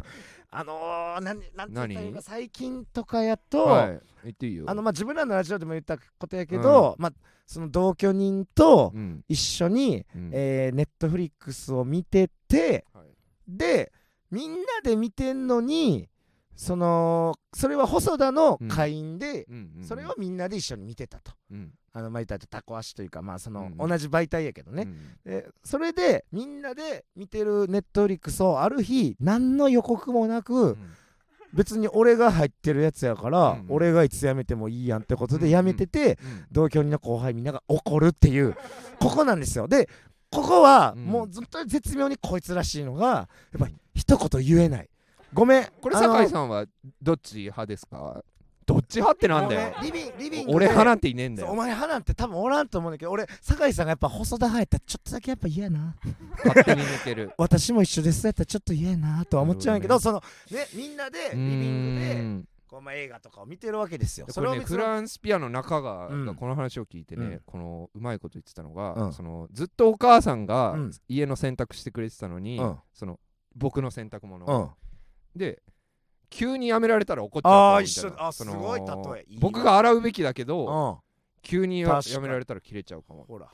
S2: あのー、なんなんて言ったらいいのか
S1: 何
S2: 最近とかや
S1: な
S2: と、
S1: はい言っていいよ
S2: あのまあ自分らのラジオでも言ったことやけど、まあその同居人と
S1: うん
S2: 一緒に、
S1: うん
S2: えーネットフリックスを見てて
S1: はい
S2: でみんなで見てんのにそのそれは細田の会員で、
S1: うんうんうん
S2: それをみんなで一緒に見てたと。
S1: うん
S2: あのまあ言ったらタコ足というかまあその
S1: うんうん
S2: 同じ媒体やけどね、
S1: うん
S2: でそれでみんなで見てるネットフリックスをある日何の予告もな
S1: う
S2: く
S1: ん
S2: 別に俺が入ってるやつやから、
S1: うんうん
S2: 俺がいつ辞めてもいいやんってこと
S1: う
S2: で
S1: んうん
S2: 辞めてて、
S1: うん
S2: 同居人の後輩みんなが怒るっていうここなんですよでここは
S1: うん
S2: もうずっと絶妙にこいつらしいのがやっぱり一言言えないごめん
S1: これ
S2: あの
S1: 酒井さんはどっち派ですかどっち派ってなんだよ
S2: ごめんリビンリビングで
S1: 俺派なんていねえんだ
S2: そうお
S1: よ
S2: 前派なんて多分おらんと思うんだけど俺酒井さんがやっぱ細田派やったらちょっとだけやっぱ嫌やな
S1: 勝手に抜ける
S2: 私も一緒ですやったらちょっと嫌やなとは思っちゃうんやけど
S1: な
S2: そのねみんなで リビング
S1: う
S2: で
S1: ん
S2: こうまあ映画とかを見てるわけですよ
S1: で
S2: そ
S1: これ
S2: れを
S1: ね
S2: 別
S1: フ
S2: に
S1: ランスピアの中が
S2: うん
S1: この話を聞いてね、
S2: うん
S1: このうまいこと言ってたのが、
S2: うん
S1: そのずっとお母さんが
S2: うん
S1: 家の洗濯してくれてたのに、
S2: うん
S1: その僕の洗濯物、
S2: うん
S1: で急にやめられたら怒っちゃう
S2: あ
S1: から
S2: ー
S1: みたいな
S2: 一緒あ
S1: その
S2: すごい例えいいわ
S1: 僕が洗うべきだけど、
S2: うん
S1: 急にや
S2: 確かに
S1: やめられたら切れちゃうかも、
S2: ほら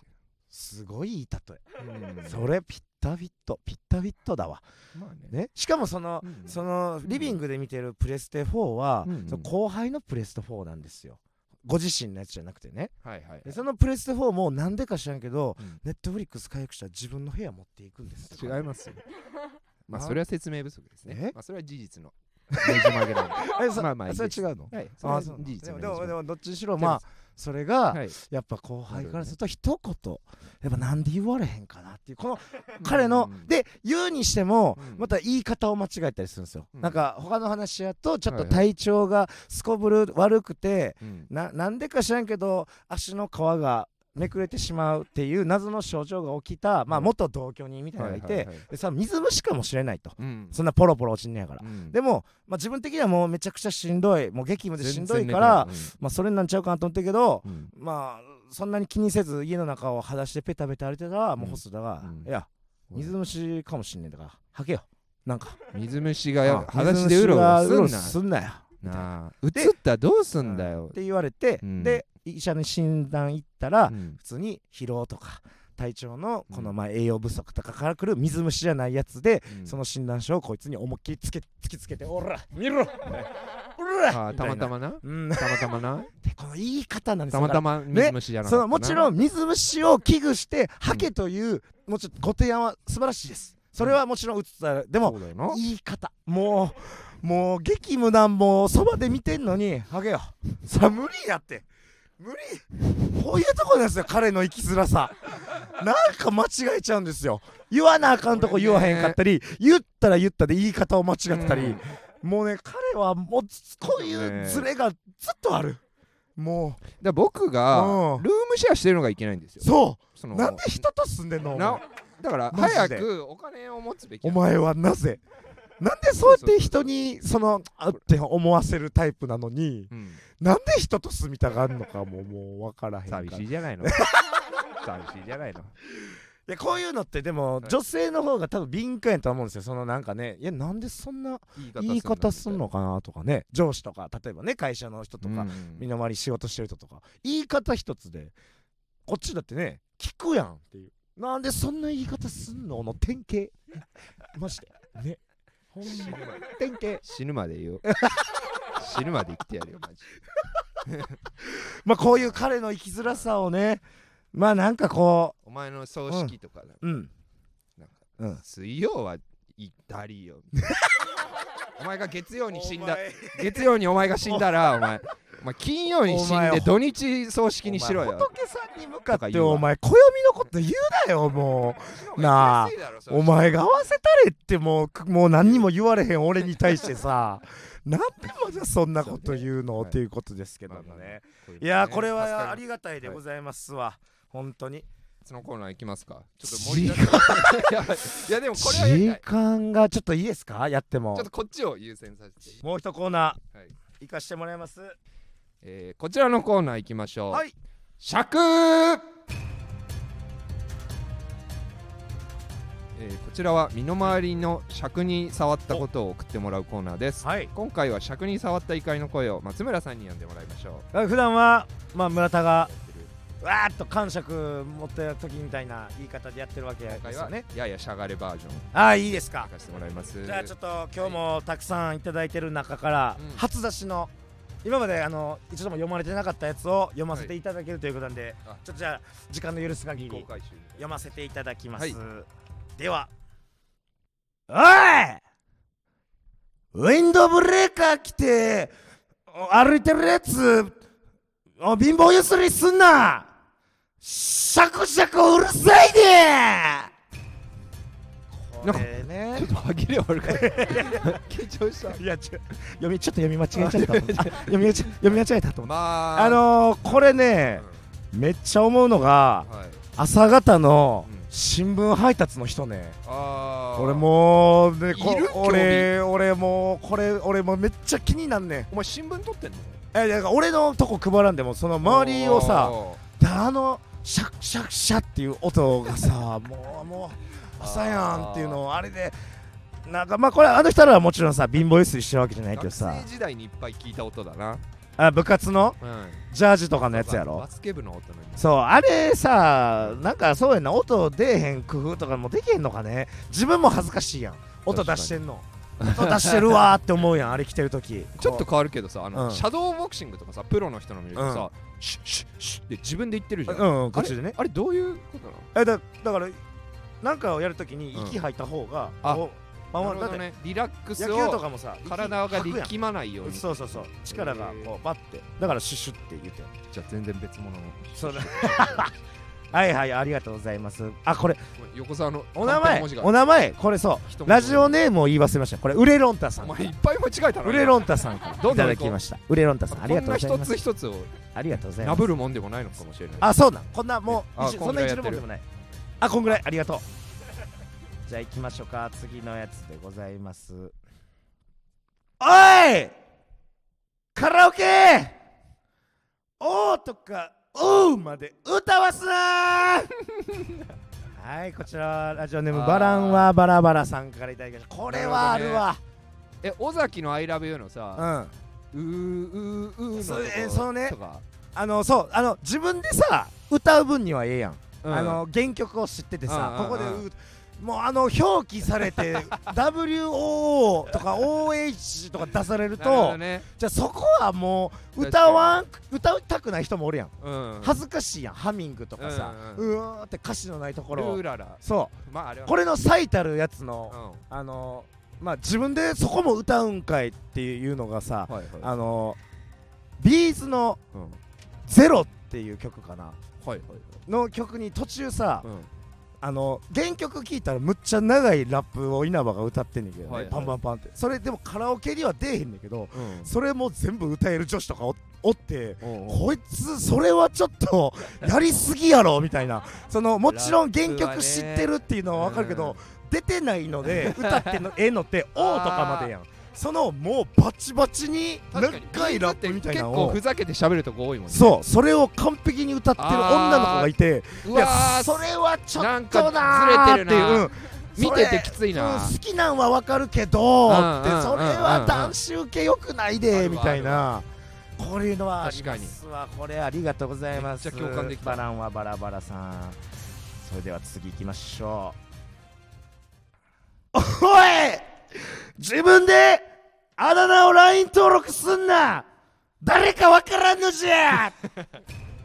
S2: すごいいい例え
S1: うん
S2: それピッタフィットピッタフィットだわ
S1: まあね
S2: ねしかもその
S1: うん
S2: そのリビングで見てるプレステ4は
S1: うん
S2: その後輩のプレステ4なんですよご自身のやつじゃなくてね
S1: はいはい
S2: でそのプレステ4もなんでか知らんけど、
S1: うん
S2: ネットフリックス解約したら自分の部屋持っていくんです
S1: 違いますよまあそれは説明不足ですね
S2: え
S1: まあそれは事実 のねじ曲げなんで
S2: えそ,、
S1: まあまあ
S2: それは違うの
S1: はいそれ
S2: あ
S1: は
S2: ーそ
S1: 事
S2: うなん
S1: 実
S2: だで
S1: のねじ曲
S2: もでも
S1: げ
S2: でもどっちにしろまあそれが、
S1: はい
S2: やっぱ後輩からすると一言やっぱなんで言われへんかなっていうこの彼
S1: う
S2: の
S1: ん
S2: で言うにしても
S1: うん
S2: また言い方を間違えたりするんですよ、
S1: うん
S2: なんか他の話やとちょっ
S1: はい
S2: と
S1: はい
S2: 体調がすこぶる悪くて
S1: うん
S2: ななんでか知らんけど足の皮がめくれてしまうっていう謎の症状が起きた、まあ、
S1: うん
S2: 元同居人みたいなのがいて、
S1: はいはいはい
S2: でさ水虫かもしれないと
S1: うん
S2: そんなポロポロ落ちんねやから、
S1: うん
S2: でも、まあ、自分的にはもうめちゃくちゃしんどいもう激務でしんどいか
S1: 全然
S2: ら、
S1: 寝て
S2: まあ、それになんちゃうかなと思ったけど、
S1: ないうん
S2: まあそんなに気にせず家の中を裸足でペタペタ歩いてたら、もうホストだが、
S1: うん
S2: いや
S1: うん
S2: 水虫かもしんねえんだからはけよなんか
S1: 水虫がや
S2: あ
S1: 裸足でうろうろ
S2: 水虫が
S1: す
S2: すんなよ
S1: んななあ映ったらどうすんだよ
S2: って言われて、
S1: うん
S2: で医者に診断行ったら、
S1: うん
S2: 普通に疲労とか体調のこ
S1: う
S2: の
S1: ん
S2: まあ栄養不足とかからくる水虫じゃないやつで、
S1: うん
S2: その診断書をこいつに思いっきりつけ突きつけて「おら見ろおら!」
S1: あーたまたまな
S2: うん、
S1: たまたまな
S2: でこの言い方なんです
S1: た
S2: よ
S1: またま水虫じゃなか
S2: そ
S1: ったな
S2: のもちろん水虫を危惧してハケという、もうちょっとご提案は素晴らしいですそれはもちろん打つたらでも
S1: そうだよな
S2: 言い方もうもう激務なんもうそばで見てんのにハゲよさあ無理やって無理こういうとこなんですよ彼の生きづらさなんか間違えちゃうんですよ言わなあかんとこ言わへんかったり言ったら言ったで言い方を間違ってたり、
S1: うん
S2: もうね彼はもうつこういうズレがずっとあるもう
S1: だから僕が
S2: うん
S1: ルームシェアしてるのがいけないんですよ。
S2: そう
S1: その
S2: なんで人と住んでんのお前
S1: なだから
S2: マジで
S1: 早くお金を持つべき
S2: お
S1: だ
S2: 前はなぜなんでそうやって人にそのあって思わせるタイプなのに
S1: うん、
S2: なんで人と住みたがるの かももう分からへんから
S1: 寂しいじゃない の。寂しいじゃないの。
S2: いやこういうのってでも
S1: はい
S2: 女性の方が多分敏感やと思うんですよそのなんかねいやなんでそんな言い方すんのかなとかね上司とか例えばね会社の人とか、身の回り仕事してる人とか言い方一つでこっちだってね聞くやんっていうなんでそんな言い方すんのの典 型マジでねほんま典型
S1: 死ぬまで 言おう。死ぬまで言ってやるよ、マジ
S2: まあこういう彼の生きづらさをねまあなんかこ
S1: お前の葬式とか、
S2: ううん
S1: なんか
S2: うん
S1: 水曜は行ったり よ。お前が月曜に死んだ。月曜にお前が死んだ ら、お前。お前金曜に死
S2: お
S1: ん
S2: 前
S1: で
S2: を
S1: 土日葬式にしろ
S2: お前
S1: よ。
S2: 仏さんに向かっ
S1: とか
S2: て
S1: 言うわ
S2: お前暦のこと言うなよもなあうお
S1: お前
S2: 前が合わせたれってもうくもう何にも言われへん俺に対して さなんでまだそんなこと言うの
S1: そうね
S2: っていうことですけども
S1: まあまあ
S2: ね
S1: こううのね
S2: いやーこれ
S1: 助かり
S2: は
S1: ま
S2: あ
S1: す
S2: りがたいでございますわ本当に
S1: そのコーナー行きますかちょっと盛りだくさんい やいやでもこれはやりた
S2: 時
S1: いち
S2: 間がちょっといいですかやっても
S1: ょっとこっちを優先させて、
S2: もう一コーナ
S1: はい
S2: ー行かしてもらいます
S1: えーこちらのコーナー行きましょう、
S2: はい
S1: 尺えーこちらは身の回りの尺に触ったことを送ってもらうコーナーです
S2: はい
S1: 今回は尺に触った怒りの声を松村さんに読んでもらいましょ
S2: あ普段はまあ村田がわーっと感触持ってた時みたいな言い方でやってるわけ
S1: う今
S2: で
S1: 回
S2: すよ
S1: は
S2: ね
S1: ややしゃがれバージョンを
S2: ああいいですか
S1: 書かせてもらいます
S2: じゃあちょっと今日もたくさんいただいてる中から
S1: うん
S2: 初出しの今まであの一度も読まれてなかったやつを読ませていただけるということなんで
S1: はいあ
S2: ちょっとじゃあ時間の許す限
S1: 公
S2: り
S1: 開収録
S2: 読ませていただきます、
S1: はい
S2: ではおいウィンドブレーカー来てお歩いてるやつお貧乏ゆすりすんなシャコシャコうるさいで
S1: なんか
S2: れね
S1: ちょっと歯切れ悪かった緊張した
S2: いやちょ読みちょっと読み間違えちゃ ったと思った読み間違え読み間違えたと思った
S1: まあ
S2: あのー、これね、めっちゃ思うのが
S1: はい、
S2: 朝方の
S1: うん
S2: 新聞配達の人ね、
S1: あー
S2: 俺もうねこ
S1: いる
S2: 俺俺もうこれ俺もうめっちゃ気になんねん
S1: お前新聞取ってんの
S2: えだから俺のとこ配らんでもその周りをさ
S1: おー
S2: あのシャクシャクシャっていう音 がさもうもう朝やんっていうのをあれでなんかまあこれあの人らはもちろんさ貧乏ゆすりしてるわけじゃないけど
S1: 学
S2: さ
S1: 生時代にいっぱい聞いた音だな、
S2: あ部活の
S1: うん、
S2: ジャージとかのやつやろ
S1: バスケ部の音のやつ
S2: そうあれさなんかそうやな音出えへん工夫とかもできへんのかね自分も恥ずかしいやん音出してんの音出してるわーって思うやんあれ着てる時
S1: ちょっと変わるけどさあの、
S2: うん
S1: シャドーボクシングとかさプロの人の見るとさ、シュッシュッシュッって自分で言ってるじゃん、
S2: うんうんこっちでね
S1: あれどういうことなの
S2: えだだからなんかをやるときに
S1: うん
S2: 息吐いた方が、
S1: あ
S2: こう守る
S1: なる
S2: だっ
S1: ほ
S2: て
S1: どねリラックス
S2: 野球と
S1: を
S2: かもさ息
S1: 体が
S2: 吐くやん
S1: 力まないようにじ
S2: そうそうそう力がこうバッてだからシュッシュって言って
S1: ゃあ全然別物の
S2: それはいはいありがとうございますあこれ
S1: 横澤の
S2: お
S1: 簡
S2: 名
S1: 単な
S2: 前
S1: 文字が
S2: お名前これそ
S1: 一文
S2: う
S1: 字
S2: ラジオネームを言い忘れましたこれウレロンタさ
S1: お
S2: ん
S1: 前いっぱい間違えたな
S2: ウレロンタさんから
S1: ど
S2: い
S1: んどん
S2: た
S1: 行こう
S2: だきましたウレロンタさんありがとうござい
S1: こんな
S2: ま
S1: 一つ
S2: す
S1: 一つを
S2: ありがとうございま
S1: な
S2: す
S1: ぶるもんでもないのかもしれない
S2: あそうなんこんなもう
S1: あ
S2: 一
S1: こん
S2: そん
S1: ぐ
S2: な
S1: らい
S2: 一
S1: やってる
S2: るもんでもないあこんぐらいありがとう じゃあ行きましょうか次のやつでございますおいカラオケおーとかおうまで歌わすなー はいこちらラジオネーム
S1: あー
S2: バランはバラバラさんからいただきましたこれはあ
S1: なる
S2: る
S1: ほど
S2: わ
S1: え尾崎の「ILOVEYOU」のさ
S2: う
S1: 「
S2: ん
S1: うーうーうー」の
S2: そうえ
S1: と
S2: その
S1: こ
S2: ね
S1: とか
S2: あのそうあの自分でさ歌う分にはええやん
S1: うん
S2: あの原曲を知っててさ、
S1: うんうんうん
S2: ここでうもうあの表記さ れて WOO とか OH とか出される
S1: なるほ
S2: と
S1: どね
S2: じゃあそこはも
S1: 確か
S2: う
S1: に
S2: 歌わん歌いたくない人もおるやん、
S1: うん
S2: 恥ずかしいやんハミングとかさ、
S1: う
S2: うわーって歌詞のないとこ
S1: ル
S2: ろ
S1: ーララ
S2: そ
S1: まああれ
S2: う
S1: は
S2: これの最たるやつの
S1: う、ん
S2: あのまあ自分でそこも歌うんかいっていうのがさ、
S1: はいはい
S2: あのビーズの
S1: うんはい
S2: 「ゼロっていう曲かな
S1: はい
S2: の曲に途中さ、
S1: うん
S2: あの原曲聴いたらむっちゃ長いラップを稲葉が歌ってんねんけどね、
S1: はいはい
S2: パンパンパンってそれでもカラオケには出えへんねんけど
S1: うん
S2: それも全部歌える女子とかおおって
S1: おうおう
S2: こいつそれはちょっとやりすぎやろみたいなそのもちろん原曲知ってるっていうのは分かるけど、出てない ので歌ってのええのって「お」とかまでやんそのもうバチバチに
S1: 確かに
S2: 長いラップみたい
S1: 結
S2: なの
S1: 構
S2: を
S1: ふざけて喋るとこ多いもんね
S2: そうそれを完璧に歌ってる女の子がいて
S1: う
S2: い
S1: わ
S2: や
S1: ー
S2: それはちょっと
S1: なん
S2: な
S1: かず
S2: ー
S1: れ
S2: ってて
S1: る
S2: い
S1: な
S2: う、うん
S1: 見ててきつい
S2: それ
S1: な
S2: うん好きなんはわかるけどって
S1: うんうんうんうん
S2: それは男子受けよくない
S1: あ
S2: で
S1: るわ
S2: みたいなこういうのはありますわこれありがとうございま
S1: め
S2: す
S1: っちゃ共感できた
S2: バランはバラバラさんそれでは次行きましょうおい自分であだ名を LINE 登録すんな誰かわからんの じゃあり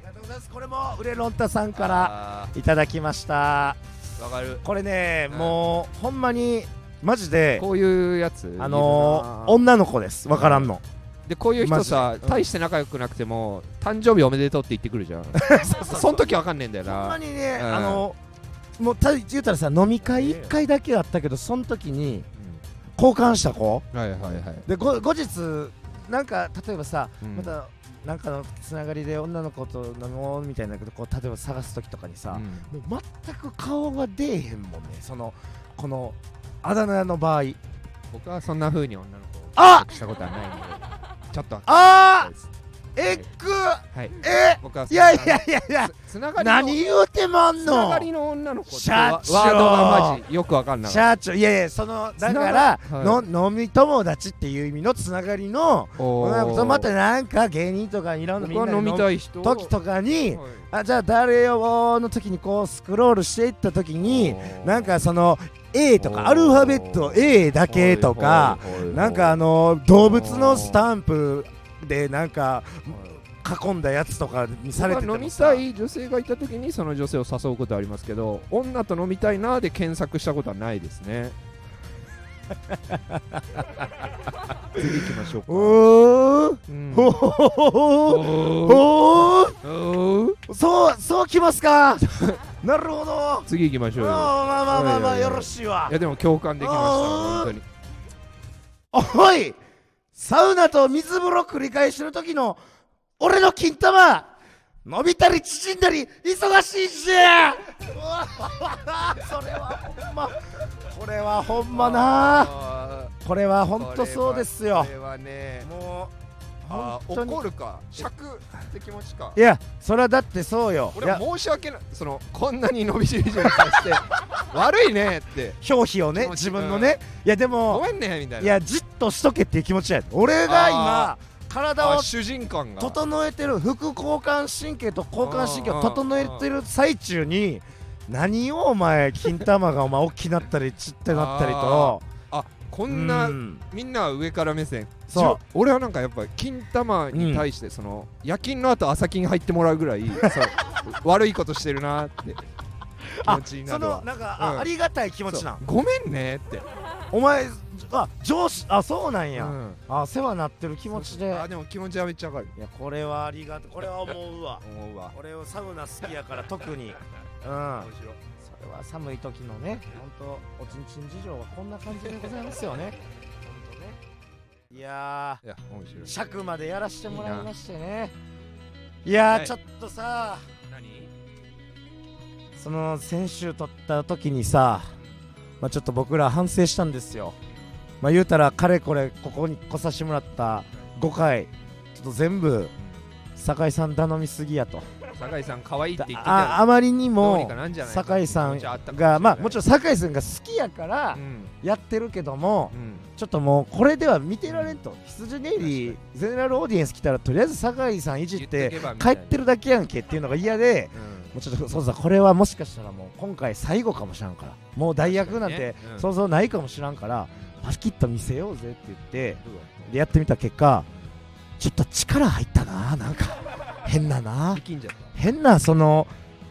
S2: がとうございますこれもウレロンタさんから
S1: あ
S2: いただきました
S1: ーわかる
S2: これね、
S1: うん
S2: もうほんまにマジで
S1: こういうやつ
S2: あ
S1: いるな
S2: のー女の子ですわからんの
S1: でこういう人さ
S2: マジでうん
S1: 大して仲良くなくても誕生日おめでとうって言ってくるじゃん そん時わかんねえんだよ
S2: ほんま
S1: な
S2: にね、
S1: うん
S2: あのもうた言うたらさ飲み会1回だけだったけどその時に交換した子
S1: うんはいはいはい
S2: でご後日なんか例えばさ、
S1: うん
S2: またなんかのつながりで女の子と飲もうみたいなことこう例えば探す時とかに
S1: う
S2: さ、
S1: ん
S2: もう全く顔が出えへんもんねそのこのあだ名の場合
S1: 僕はそんな風に女の子を
S2: あ
S1: したことはないのでちょっと
S2: あ
S1: は
S2: ーえっく
S1: い
S2: え
S1: 僕はそ
S2: い
S1: んな
S2: やいやいやいや
S1: つながりの
S2: 何言うてまん
S1: つな
S2: の
S1: がりの女の子って
S2: 社
S1: ワ
S2: 長
S1: ワードがマジよくわかんなかっ
S2: 社長いやいやそのだから
S1: つなが
S2: の、飲み友達っていう意味のつながりの
S1: たお
S2: 女の子とまた
S1: ー
S2: なんか芸人とかいろんなみ
S1: 僕
S2: んな
S1: は飲
S2: で
S1: み
S2: む
S1: たい人を
S2: 時とかに
S1: はい
S2: あじゃあ誰よの時にこうスクロールしていった時に
S1: おー
S2: なんかその A と
S1: お
S2: か
S1: ー
S2: アルファベット A だけと
S1: は
S2: か
S1: いはいはいはい
S2: なんかあの動物のスタンプでなんか囲んだやつとかにされてて
S1: 僕は飲
S2: も
S1: み
S2: さ
S1: たい女性がいた時にその女性を誘うことはありますけど女と飲みたいなーで検索したことはないです ね次行きましょうか
S2: おー
S1: うん
S2: おーおー
S1: おー
S2: そうそうきますかなるほど
S1: 次行きましょうよ
S2: あーまあまあまあま
S1: おいおいお
S2: あ
S1: い
S2: よろしいわ
S1: いやでも共感できました本当に
S2: おいサウナと水風呂繰り返してる時の俺の金玉伸びたり縮んだり忙しいしうわそれはほんまこれはほんまな
S1: あ
S2: これはほんとそうですよ
S1: これはね
S2: もう
S1: あー
S2: 本当に
S1: 怒るか尺って気持ちか
S2: いやそれはだってそうよい
S1: 俺
S2: や
S1: 申し訳ないそのこんなに伸び縮みさ せて悪いねって
S2: 表皮をね
S1: 気持ち
S2: 自分のねいやでも
S1: ごめんねみたいない
S2: やじっとしとけっていう気持ちや俺が今体
S1: あ
S2: を
S1: 主人感が
S2: 整えてる副交感神経と交感神経を整えてる最中に何をお前金玉がお前大きなったりちってなったりと
S1: あこんな
S2: うん
S1: みんなは上から目線
S2: そう
S1: じゃ俺はなんかやっぱ金玉に対してその、夜勤の後朝金入ってもらうぐらい そう悪いことしてるなって気持ちにな
S2: そ
S1: る
S2: の
S1: わ
S2: なんか、
S1: うん
S2: あありがたい気持
S1: そう
S2: ちなん
S1: ごめんねって、
S2: お前あ上司あそうなん
S1: い
S2: や、あ世話なってる気持ちで
S1: あでも気持ちはめっちゃわかる
S2: いやこれはありがたこれは思うわ
S1: 思うわ
S2: 俺はサウナ好きやから特 にうんそれは寒い時のね本当おちんちん事情はこんな感じでございますよ ねほんとねいや
S1: いや面白い
S2: ー尺までやらしてもらいましてねいやー、
S1: はい
S2: ちょっとさ
S1: 何
S2: その先週撮った時にさ、まあ、ちょっと僕ら反省したんですよまあ言うたらかれこれここに来させてもらった5回ちょっと全部酒井さん頼みすぎやと
S1: 酒井さん可愛いって言ってた
S2: あ
S1: あ
S2: あまりに
S1: どうに
S2: も
S1: かなんじゃない
S2: 酒井さん
S1: 気持ちあったかもしれな
S2: が
S1: い
S2: まあもちろん酒井さんが好きやから
S1: うん
S2: やってるけども
S1: うん
S2: ちょっともうこれでは見てられんと羊ネイリーゼネラルオーディエンス来たらとりあえず酒井さんいじ
S1: 言
S2: っ
S1: って
S2: て
S1: けばみ
S2: 帰
S1: たい
S2: っ
S1: な
S2: てるだけやんけっていうのが嫌で
S1: うん
S2: もうちょっとそうさこれはもしかしたらもう今回最後かもしらんからもう代役なん
S1: 確
S2: て
S1: かにねうん
S2: 想像ないかもしらんからパキッと見せようぜって言ってでやってみた結果ちょっと力入ったななんか変だな
S1: 力んじゃっ
S2: 変なその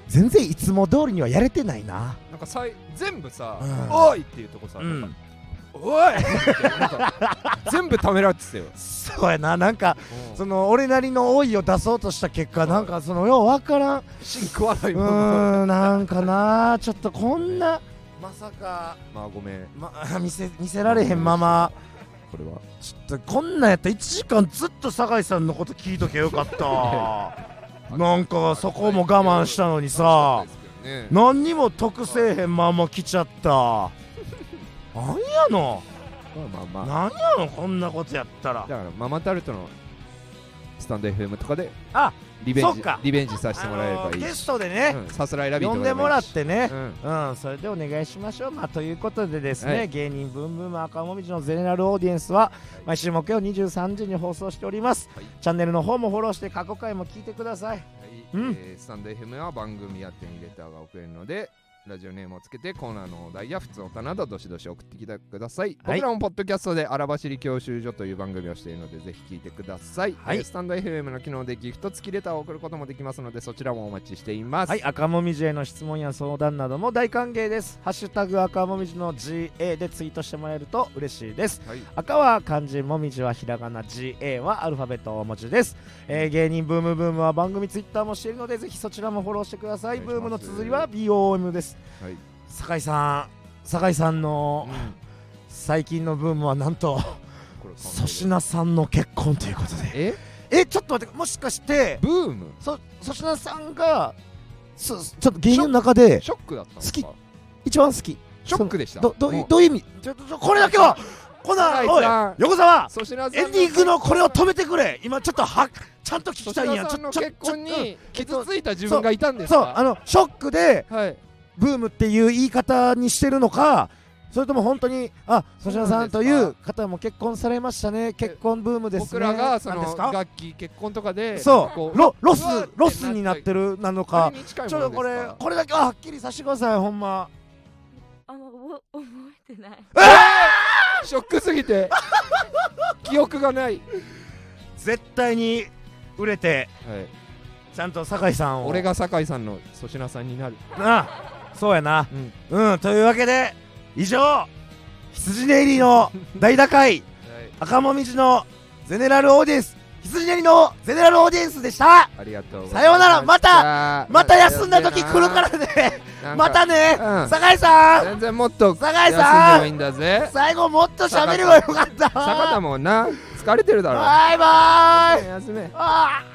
S2: 全然いつも通りにはやれてない
S1: た
S2: な
S1: なんかさい全部さ
S2: うん
S1: 「おい!」っていうとこさ
S2: うん
S1: なんかおい!」ってなんか全部ためらってたよ
S2: そうやななんか
S1: うん
S2: その俺なりの老いを出そうとした結果なんかそのようわ からんう
S1: 芯食わないもん
S2: ーんなんかなちょっとこんなまさか、
S1: まあごめん
S2: ま、 見せ見せられへんまま
S1: これは
S2: ちょっとこんなんやったら1時間ずっと酒井さんのこと聞いとけよ かったなんかそこも我慢したのにさ
S1: 楽しかったですけどね
S2: 何にも得せえへんまんま来ちゃった なんやの
S1: まあまあまあ
S2: なんやのこんなことやったら
S1: だからママタルトのスタンド FM とかで
S2: あ
S1: リベン
S2: そっ
S1: ジ
S2: か
S1: リベンジさせてもらえれば
S2: あの
S1: い
S2: ー
S1: い
S2: ゲ
S1: し
S2: ストでね、
S1: うん さすらいラビット
S2: 呼ん
S1: と
S2: で
S1: か
S2: もら
S1: いい
S2: っ
S1: して
S2: ね
S1: う、ん
S2: うん、それでお願いしましょう。まあ、ということでですね、
S1: はい
S2: 芸人ブンブンマ赤もみじのゼネラルオーディエンスは、毎週木曜23時に放送しております、
S1: はい
S2: チャンネルの方もフォローして過去回も聞いてください。
S1: はい
S2: うん
S1: えースタンド FM は番組やってレターが送れるのでラジオネームをつけてコーナーのお題や普通おたなどどしどし送ってきてください、
S2: はい
S1: 僕らもポッドキャストで荒走り教習所という番組をしているのでぜひ聞いてください、
S2: はい
S1: えースタンド FM の機能でギフト付きレターを送ることもできますのでそちらもお待ちしています、
S2: はい、赤もみじへの質問や相談なども大歓迎です。ハッシュタグ赤もみじの GA でツイートしてもらえると嬉しいです。
S1: はい
S2: 赤は漢字もみじはひらがな GA はアルファベット大文字です、えー芸人ブームブームは番組ツイッターもしているのでぜひそちらもフォローしてください
S1: お願いします
S2: ブームの綴りは BOM です
S1: はい
S2: 酒井さん酒井さんの最近のブームはなんと
S1: これ考えて
S2: 粗品さんの結婚ということで
S1: え
S2: えちょっと待ってもしかして
S1: ブーム
S2: そ粗品さんがそちょっと芸人の中で
S1: ショックだったのか
S2: 好き一番好き
S1: ショックでした
S2: どどうい
S1: も
S2: うどういう意味ちょちょちょこれだけはこんな
S1: 酒井
S2: おい
S1: さん
S2: 横澤
S1: 粗品さんの
S2: エンディングのこれを止めてくれ今ちょっとはちゃんと聞きたいんや
S1: 粗品
S2: ち
S1: さ
S2: ょ
S1: んの
S2: ち
S1: 結婚
S2: ょちょうん
S1: に傷ついた自分がいたんです
S2: そう
S1: か
S2: あのショックで
S1: はい
S2: ブームっていう言い方にしてるのかそれとも本当にあ粗品さんという方も結婚されましたね結婚ブームですね
S1: 僕らがそ
S2: なんです
S1: の
S2: か
S1: 楽器結婚とかで
S2: そ
S1: こ
S2: うロロス
S1: うわーって
S2: ロスになってるなの
S1: あ
S2: か
S1: れに近い
S2: ち
S1: も
S2: ょっ
S1: の
S2: と
S1: です
S2: これ
S1: か
S2: これだけははっきりさせてくださいほんま
S3: あんま覚 え覚えてない。
S1: ショックすぎて 記憶がない、
S2: 絶対に売れてちゃんと酒井さんを
S1: 俺が酒井さんの粗品さんになる
S2: なあそうやな
S1: うん
S2: うん、というわけで以上羊ネイリーの大打開赤もみじのゼネラルオーディエンス羊ネイリーのゼネラルオーディエンスでした
S1: ありがとうございます
S2: さようならま
S1: た
S2: また休んだ時来るからねまたね、
S1: うん
S2: 酒井さん
S1: 全然もっと
S2: 酒
S1: 休ん
S2: 井
S1: で
S2: さ
S1: もいい
S2: ん
S1: んだぜ
S2: 最後もっと喋ればよかった
S1: 坂田もな疲れてるだろ
S2: バイバーイ
S1: 休め
S2: あー